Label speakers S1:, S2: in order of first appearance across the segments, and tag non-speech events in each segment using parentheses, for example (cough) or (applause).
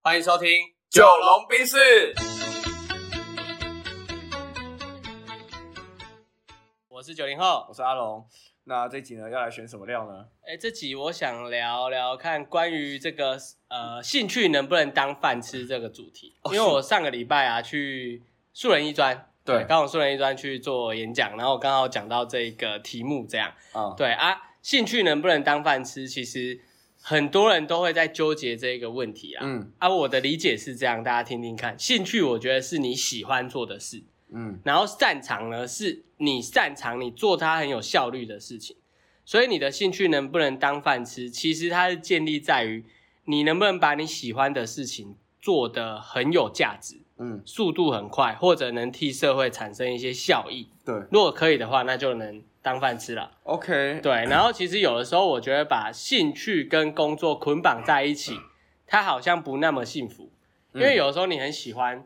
S1: 欢迎收听《
S2: 九龙冰室，
S1: 我是九零后
S2: 我。是阿龙。那这集呢，要来选什么料呢？
S1: 哎，这集我想聊聊看关于这个呃兴趣能不能当饭吃这个主题，
S2: 哦
S1: 因为我上个礼拜啊去树人一专，
S2: 对
S1: 刚好树人一专去做演讲，然后刚好讲到这个题目这样，
S2: 啊，
S1: 对啊，兴趣能不能当饭吃，其实很多人都会在纠结这个问题啊。
S2: 嗯
S1: 啊，我的理解是这样，大家听听看。兴趣我觉得是你喜欢做的事，
S2: 嗯
S1: 然后擅长呢是你擅长你做它很有效率的事情，所以你的兴趣能不能当饭吃，其实它是建立在于你能不能把你喜欢的事情做得很有价值，
S2: 嗯，
S1: 速度很快，或者能替社会产生一些效益。
S2: 对
S1: 如果可以的话，那就能当饭吃了。
S2: ，OK，
S1: 对，然后其实有的时候我觉得把兴趣跟工作捆绑在一起，它好像不那么幸福，因为
S2: 嗯
S1: 有的时候你很喜欢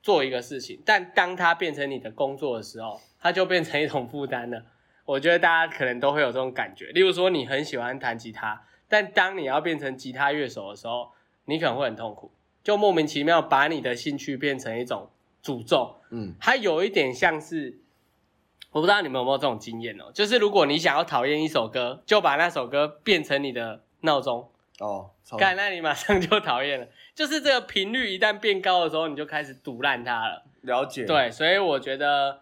S1: 做一个事情，但当它变成你的工作的时候，它就变成一种负担了。我觉得大家可能都会有这种感觉，例如说你很喜欢弹吉他，但当你要变成吉他乐手的时候，你可能会很痛苦，就莫名其妙把你的兴趣变成一种诅咒。
S2: 嗯
S1: 它有一点像是，我不知道你们有没有这种经验哦，就是如果你想要讨厌一首歌，就把那首歌变成你的闹钟，
S2: 哦，超
S1: 干，那你马上就讨厌了。就是这个频率一旦变高的时候，你就开始堵烂它了。
S2: 了解，，
S1: 对，所以我觉得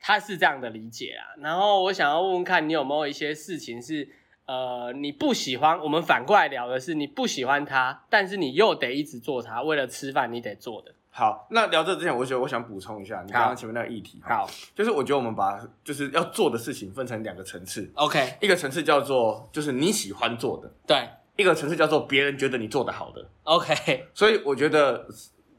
S1: 他是这样的理解啦。然后我想要问问看你有没有一些事情是，呃，你不喜欢，我们反过来聊的是你不喜欢它，但是你又得一直做它，为了吃饭你得做的。
S2: 好。那聊这之前，我觉得我想补充一下你刚刚前面那个议题，
S1: 好
S2: 就是我觉得我们把就是要做的事情分成两个层次，
S1: ，OK，
S2: 一个层次叫做就是你喜欢做的，
S1: (laughs) 对
S2: 一个层次叫做别人觉得你做的好的。
S1: ，OK， (laughs)
S2: 所以我觉得，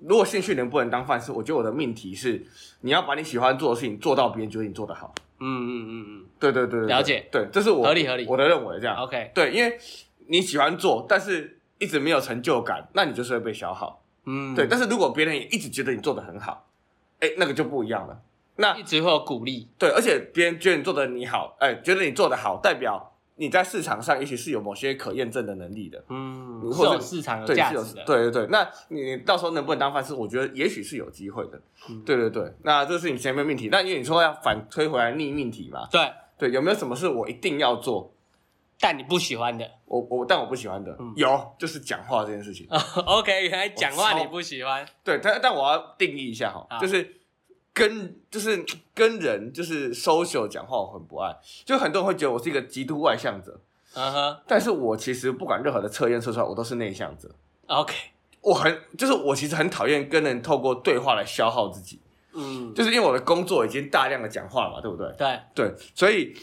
S2: 如果兴趣能不能当饭吃，我觉得我的命题是你要把你喜欢做的事情做到别人觉得你做的好。
S1: 嗯嗯嗯嗯。
S2: 对对对对，对
S1: 了解
S2: 对，这是我
S1: 合理合理
S2: 我的认为这样。
S1: OK，
S2: 对，因为你喜欢做，但是一直没有成就感，那你就是会被消耗。
S1: 嗯，
S2: 对，，但是如果别人也一直觉得你做的很好，哎，那个就不一样了。那
S1: 一直会有鼓励，
S2: 对，而且别人觉得你做的你好，哎，觉得你做的好，代表你在市场上也许是有某些可验证的能力的。
S1: 嗯
S2: 你
S1: 是
S2: 或者
S1: 有市场有
S2: 对，
S1: 价
S2: 是有
S1: 值的，，
S2: 对对对。那你到时候能不能当饭吃，我觉得也许是有机会的。
S1: 嗯
S2: 对对对，那这是你前面命题。那因为你说要反推回来逆命题嘛，
S1: 对，
S2: 对，有没有什么是我一定要做，
S1: 但你不喜欢的
S2: 我我但我不喜欢的，
S1: 嗯
S2: 有就是讲话这件事情。
S1: (laughs) ，OK，原来讲话
S2: 我超
S1: 你不喜欢，
S2: 对，但但我要定义一下哈
S1: 好，
S2: 就是跟就是跟人就是 social 讲话，我很不爱。就很多人会觉得我是一个极度外向者，
S1: 嗯哼
S2: 但是我其实不管任何的测验测出来，我都是内向者。
S1: ，OK，
S2: 我很就是我其实很讨厌跟人透过对话来消耗自己，
S1: 嗯，
S2: 就是因为我的工作已经大量的讲话嘛，对不对？啊
S1: 对，
S2: 对，所以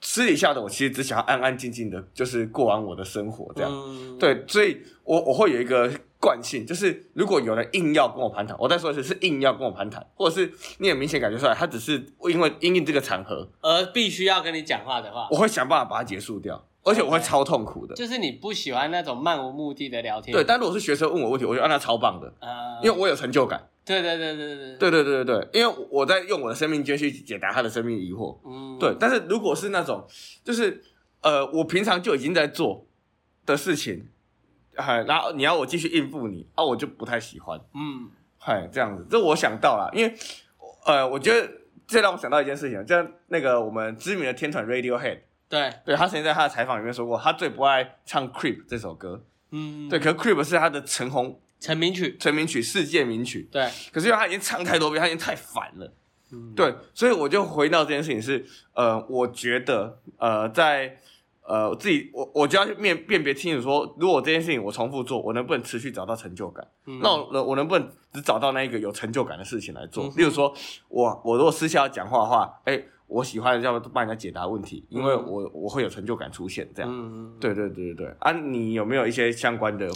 S2: 私底下的我其实只想要安安静静的，就是过完我的生活这样。
S1: 嗯，
S2: 对，所以我我会有一个惯性，就是如果有人硬要跟我攀谈，我再说一次，是硬要跟我攀谈，或者是你也明显感觉出来，他只是因为因应这个场合，
S1: 而必须要跟你讲话的话，
S2: 我会想办法把它结束掉，而且我会
S1: OK
S2: 超痛苦的。
S1: 就是你不喜欢那种漫无目的的聊天，
S2: 对，，但如果是学生问我问题，我就按他超棒的，
S1: 呃，
S2: 因为我有成就感。
S1: 对对对对对，
S2: 对对对对对，因为我在用我的生命捐去解答他的生命疑惑。
S1: 嗯，
S2: 对，但是如果是那种，就是呃，我平常就已经在做的事情，哎，然后你要我继续应付你，啊，我就不太喜欢。
S1: 嗯，
S2: 嗨，这样子，这我想到了，因为呃，我觉得这让我想到一件事情，就那个我们知名的天团 Radiohead，
S1: 对，
S2: 对他曾经在他的采访里面说过，他最不爱唱 Creep 这首歌，
S1: 嗯，
S2: 对，，可是 Creep 是他的成红
S1: 成名曲，
S2: 成名曲、世界名曲，
S1: 对，
S2: 可是因为他已经唱太多遍，他已经太烦了，
S1: 嗯，
S2: 对，所以我就回到这件事情是，呃，我觉得呃，在呃我自己我我就要去辨辨别清楚说，如果这件事情我重复做，我能不能持续找到成就感？
S1: 嗯
S2: 那我我能不能只找到那一个有成就感的事情来做？
S1: 嗯哼
S2: 例如说，我我如果私下要讲话的话，哎、我喜欢要帮人家解答问题，因为
S1: 嗯
S2: 我我会有成就感出现。这样，
S1: 嗯，
S2: 对对对对对。啊，你有没有一些相关的？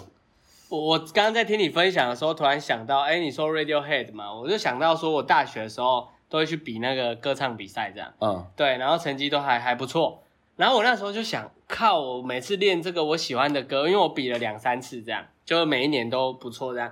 S1: 我我刚刚在听你分享的时候，突然想到，哎，你说 Radiohead 嘛，我就想到说我大学的时候都会去比那个歌唱比赛这样，
S2: 嗯
S1: 对，然后成绩都还还不错。然后我那时候就想，靠，我每次练这个我喜欢的歌，因为我比了两三次这样，就每一年都不错这样。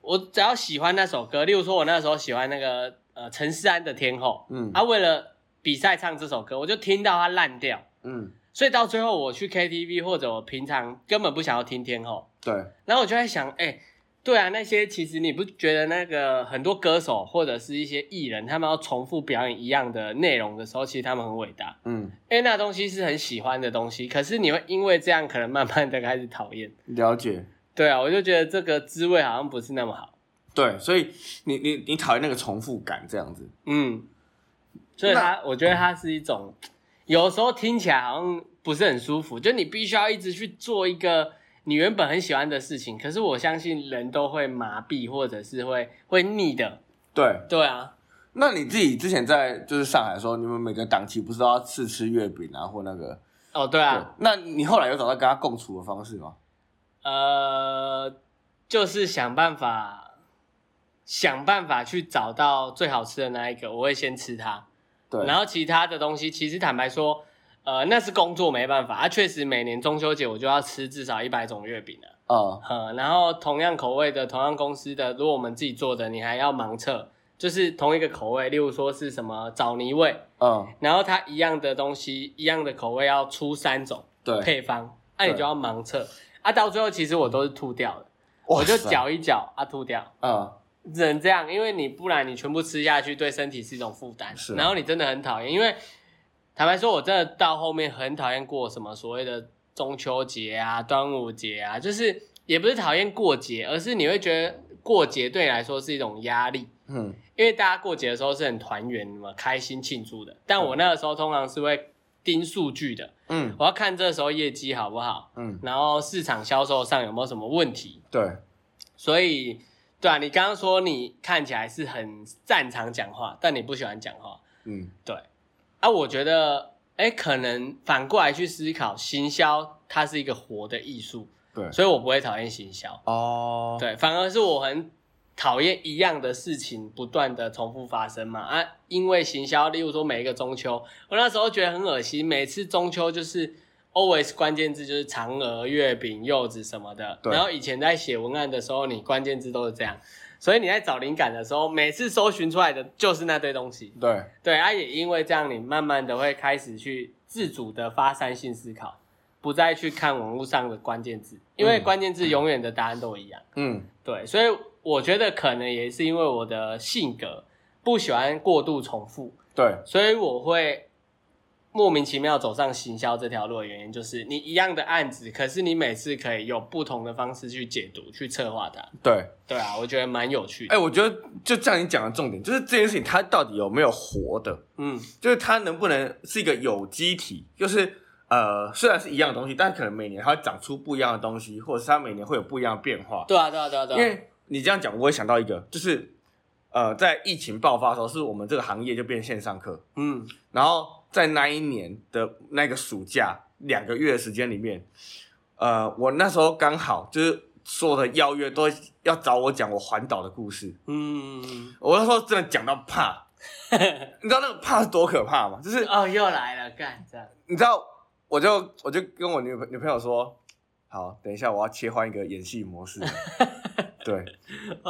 S1: 我只要喜欢那首歌，例如说我那时候喜欢那个呃陈势安的《天后》，
S2: 嗯
S1: 他、为了比赛唱这首歌，我就听到它烂掉，
S2: 嗯，
S1: 所以到最后我去 KTV 或者我平常根本不想要听《天后》，
S2: 对，
S1: 然后我就在想，哎、对啊，那些其实你不觉得那个很多歌手或者是一些艺人，他们要重复表演一样的内容的时候，其实他们很伟大，
S2: 嗯，
S1: 因为那东西是很喜欢的东西。可是你会因为这样，可能慢慢的开始讨厌。
S2: 了解。
S1: 对啊，我就觉得这个滋味好像不是那么好。
S2: 对，所以你你你讨厌那个重复感这样子。
S1: 嗯，所以它，我觉得它是一种，有时候听起来好像不是很舒服，就你必须要一直去做一个你原本很喜欢的事情。可是我相信人都会麻痹，或者是会会腻的。
S2: 对，
S1: 对啊，
S2: 那你自己之前在就是上海的时候，你们每个档期不是都要试吃月饼啊或那个？
S1: 哦，对啊。
S2: 对。那你后来有找到跟他共处的方式吗？
S1: 呃，就是想办法，想办法去找到最好吃的那一个，我会先吃它。
S2: 对，
S1: 然后其他的东西，其实坦白说，呃，那是工作没办法啊。确实，每年中秋节我就要吃至少一百种月饼了。
S2: 呃，
S1: 呃，然后同样口味的、同样公司的，如果我们自己做的，你还要盲测，就是同一个口味，例如说是什么枣泥味，
S2: 嗯，
S1: 然后它一样的东西、一样的口味要出三种
S2: 对，
S1: 配方，那、你
S2: 对
S1: 就要盲测啊。到最后，其实我都是吐掉的。我
S2: 我
S1: 就，搅一搅啊，吐掉，
S2: 嗯，
S1: 只能这样，因为你不然你全部吃下去，对身体是一种负担。
S2: 是啊
S1: 然后你真的很讨厌，因为坦白说，我真的到后面很讨厌过什么所谓的中秋节啊、端午节啊，就是也不是讨厌过节，而是你会觉得过节对你来说是一种压力，
S2: 嗯，
S1: 因为大家过节的时候是很团圆嘛，开心庆祝的。但我那个时候通常是会盯数据的，
S2: 嗯，
S1: 我要看这时候业绩好不好，
S2: 嗯，
S1: 然后市场销售上有没有什么问题。
S2: 对，
S1: 所以，对啊，你刚刚说你看起来是很擅长讲话，但你不喜欢讲话，
S2: 嗯，
S1: 对。啊，我觉得，哎，可能反过来去思考，行销它是一个活的艺术，
S2: 对，
S1: 所以我不会讨厌行销，
S2: 哦，
S1: 对，反而是我很讨厌一样的事情不断的重复发生嘛。啊，因为行销，例如说每一个中秋，我那时候觉得很恶心，每次中秋就是 always 关键字就是嫦娥、月饼、柚子什么的。
S2: 对
S1: 然后以前在写文案的时候，你关键字都是这样，所以你在找灵感的时候，每次搜寻出来的就是那堆东西。
S2: 对，
S1: 对，啊，也因为这样，你慢慢的会开始去自主的发散性思考，不再去看网络上的关键字，因为
S2: 嗯
S1: 关键字永远的答案都一样。
S2: 嗯，
S1: 对，所以我觉得可能也是因为我的性格不喜欢过度重复，
S2: 对，
S1: 所以我会莫名其妙走上行销这条路的原因，就是你一样的案子，可是你每次可以有不同的方式去解读、去策划它。
S2: 对。
S1: 对啊，我觉得蛮有趣的。
S2: 哎、我觉得就像你讲的重点，就是这件事情它到底有没有活的，
S1: 嗯，
S2: 就是它能不能是一个有机体，就是呃，虽然是一样的东西，但可能每年它会长出不一样的东西，或者是它每年会有不一样的变化。
S1: 对啊，对啊，对啊，对啊。
S2: 因为你这样讲，我也想到一个，就是呃，在疫情爆发的时候，是我们这个行业就变线上课，
S1: 嗯，
S2: 然后在那一年的那个暑假两个月的时间里面，呃，我那时候刚好就是所有的邀约都要找我讲我环岛的故事。
S1: 嗯嗯，
S2: 我那时候真的讲到怕，你知道那个怕是多可怕吗？就是
S1: 嗯哦，又来了，干这样。
S2: 你知道，我就我就跟我女朋女朋友说，好，等一下我要切换一个演戏模式。对，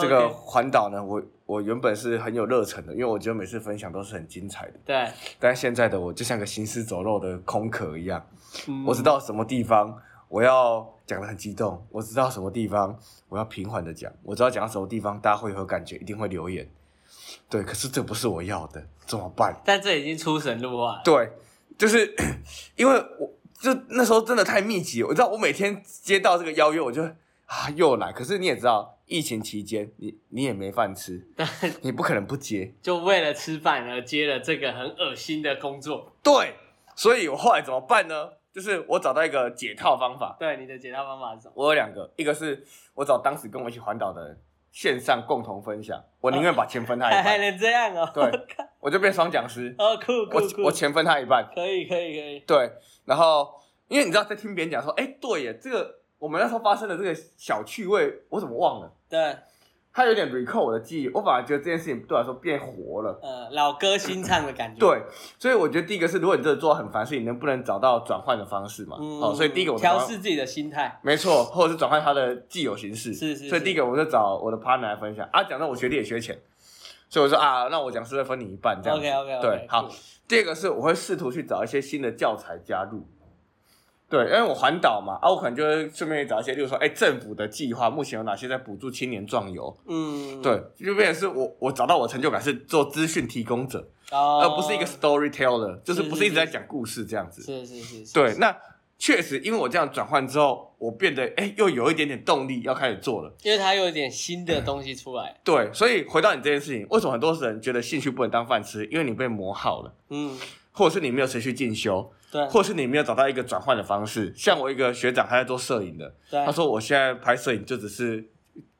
S2: 这个
S1: OK，
S2: 环岛呢，我我原本是很有热忱的，因为我觉得每次分享都是很精彩的，
S1: 对，
S2: 但现在的我就像个行尸走肉的空壳一样，
S1: 嗯
S2: 我知，道什么地方我要讲的很激动，我知道什么地方我要平缓的讲，我知道讲到什么地方大家会有感觉，一定会留言。对，可是这不是我要的，怎么办？
S1: 但这已经出神入化了。
S2: 对，就是 (coughs) 因为我就那时候真的太密集了，我知道我每天接到这个邀约，我就啊又来。可是你也知道，疫情期间你你也没饭吃，你不可能不接。
S1: 就为了吃饭而接了这个很恶心的工作。
S2: 对，所以我后来怎么办呢？就是我找到一个解套方法，
S1: 对，你的解答方法是什么？
S2: 我有两个，一个是我找当时跟我一起环岛的人线上共同分享，我宁愿把钱分他一
S1: 还还
S2: 半，
S1: 能这样哦？
S2: 对，我就变双讲师，
S1: (laughs) 哦，酷
S2: 我
S1: 酷酷，
S2: 我钱分他一半，
S1: 可以可以可以，
S2: 对，然后因为你知道，在听别人讲说，哎，对耶，这个我们那时候发生的这个小趣味，我怎么忘了？
S1: 对，
S2: 它有点 recall 我的记忆，我反而觉得这件事情对我来说变活了。
S1: 呃，老歌新唱的感觉。，
S2: 对，所以我觉得第一个是，如果你真的做到很烦事，你能不能找到转换的方式嘛？
S1: 嗯，
S2: 哦，所以第一个我
S1: 调
S2: 找到
S1: 试，自己的心态。
S2: 没错，或者是转换它的既有形式。
S1: 是是
S2: 所以
S1: 是
S2: 第一个我就找我的 partner 来分享啊，讲到我学弟也缺钱，所以我说啊，那我讲师会分你一半这样子。
S1: OK OK OK，
S2: 对，好。第二个是我会试图去找一些新的教材加入，对，因为我环岛嘛，啊，我可能就会顺便找一些，例如说，哎，政府的计划目前有哪些在补助青年壮游？
S1: 嗯，
S2: 对，就变成是我我找到我的成就感是做资讯提供者，
S1: 哦，
S2: 呃而不是一个 storyteller，就是
S1: 是
S2: 不是一直在
S1: 是
S2: 讲故事这样子。
S1: 是是是是，
S2: 对，
S1: 是
S2: 那确实，因为我这样转换之后，我变得哎又有一点点动力要开始做了。
S1: 因为它有一点新的东西出来，
S2: 对，所以回到你这件事情，为什么很多人觉得兴趣不能当饭吃？因为你被磨耗了，
S1: 嗯，
S2: 或者是你没有持续进修，
S1: 对，
S2: 或者是你没有找到一个转换的方式。像我一个学长，他在做摄影的，
S1: 对
S2: 他，说我现在拍摄影就只是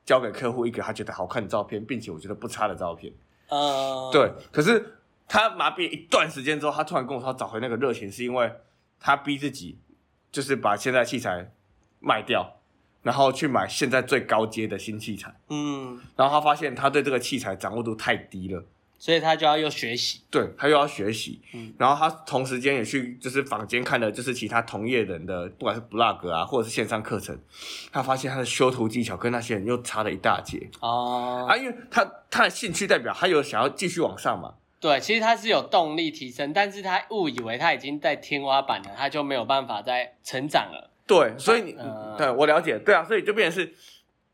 S2: 交给客户一个他觉得好看的照片，并且我觉得不差的照片。
S1: 嗯，
S2: 对，可是他麻痹一段时间之后，他突然跟我说他找回那个热情，是因为他逼自己，就是把现在器材卖掉，然后去买现在最高阶的新器材。
S1: 嗯，
S2: 然后他发现他对这个器材掌握度太低了，
S1: 所以他就要又学习，
S2: 对他又要学习，
S1: 嗯
S2: 然后他同时间也去就是坊间看的，就是其他同业人的，不管是 blog 啊，或者是线上课程，他发现他的修图技巧跟那些人又差了一大截、
S1: 哦，
S2: 啊，因为他他的兴趣代表他有想要继续往上嘛，
S1: 对，其实他是有动力提升，但是他误以为他已经在天花板了，他就没有办法再成长了。
S2: 对，所以你、
S1: 呃
S2: 对我了解，对啊，所以就变成是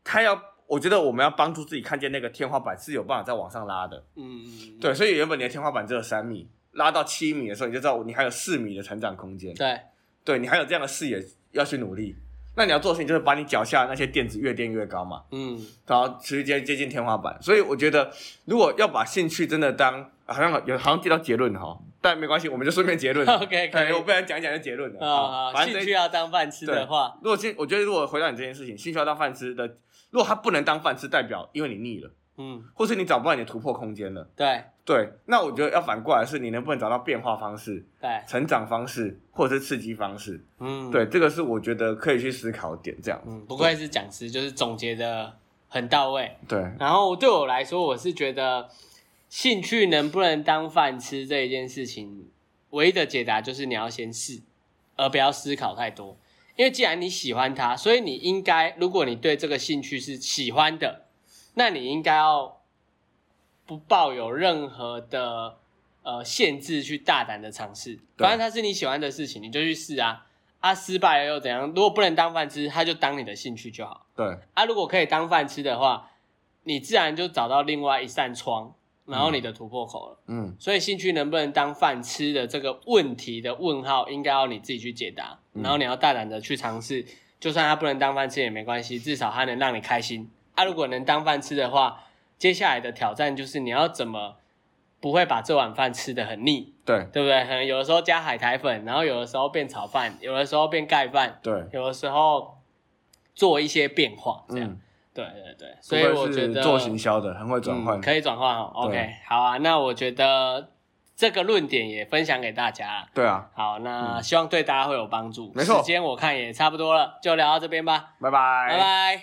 S2: 他要，我觉得我们要帮助自己看见那个天花板是有办法再往上拉的，
S1: 嗯，
S2: 对，所以原本你的天花板只有三米，拉到七米的时候，你就知道你还有四米的成长空间。
S1: 对，
S2: 对你还有这样的视野要去努力。那你要做的事情就是把你脚下的那些垫子越垫越高嘛，
S1: 嗯，
S2: 然后持续接接近天花板。所以我觉得，如果要把兴趣真的当啊好像有好像提到结论了哈，但没关系，我们就顺便结论了。
S1: (laughs) OK，可以
S2: 对我不然讲一讲就结论了。
S1: 啊、
S2: 好反正
S1: 兴
S2: 这
S1: 趣要当饭吃的话，
S2: 如果今我觉得如果回到你这件事情，兴趣要当饭吃的，如果它不能当饭吃，代表因为你腻了，
S1: 嗯，
S2: 或是你找不到你的突破空间了。
S1: 对
S2: 对，那我觉得要反过来是，你能不能找到变化方式、
S1: 对，
S2: 成长方式，或者是刺激方式？
S1: 嗯，
S2: 对，，这个是我觉得可以去思考的点，这样。
S1: 嗯，不愧是讲师，就是总结的很到位。
S2: 对，
S1: 然后对我来说，我是觉得兴趣能不能当饭吃这一件事情，唯一的解答就是你要先试，而不要思考太多。因为既然你喜欢它，所以你应该，如果你对这个兴趣是喜欢的，那你应该要不抱有任何的呃限制去大胆的尝试。
S2: 对
S1: 反正它是你喜欢的事情，你就去试啊。啊，失败了又怎样？如果不能当饭吃，它就当你的兴趣就好。
S2: 对，
S1: 啊，如果可以当饭吃的话，你自然就找到另外一扇窗，然后你的突破口了。
S2: 嗯，
S1: 所以兴趣能不能当饭吃的这个问题的问号，应该要你自己去解答，
S2: 嗯
S1: 然后你要大胆的去尝试，就算它不能当饭吃也没关系，至少它能让你开心。啊，如果能当饭吃的话，接下来的挑战就是你要怎么不会把这碗饭吃得很腻，
S2: 对，
S1: 对不对？可能有的时候加海苔粉，然后有的时候变炒饭，有的时候变盖饭，
S2: 对，
S1: 有的时候做一些变化，这样。
S2: 嗯，
S1: 对对对，所以
S2: 不愧
S1: 我觉
S2: 是
S1: 得
S2: 做行销的很会转换
S1: 嗯，可以转换哦。
S2: 对
S1: OK，好啊，那我觉得这个论点也分享给大家。
S2: 对啊，
S1: 好，那希望对大家会有帮助。
S2: 没错
S1: 时间我看也差不多了，就聊到这边吧，
S2: 拜拜，
S1: 拜拜。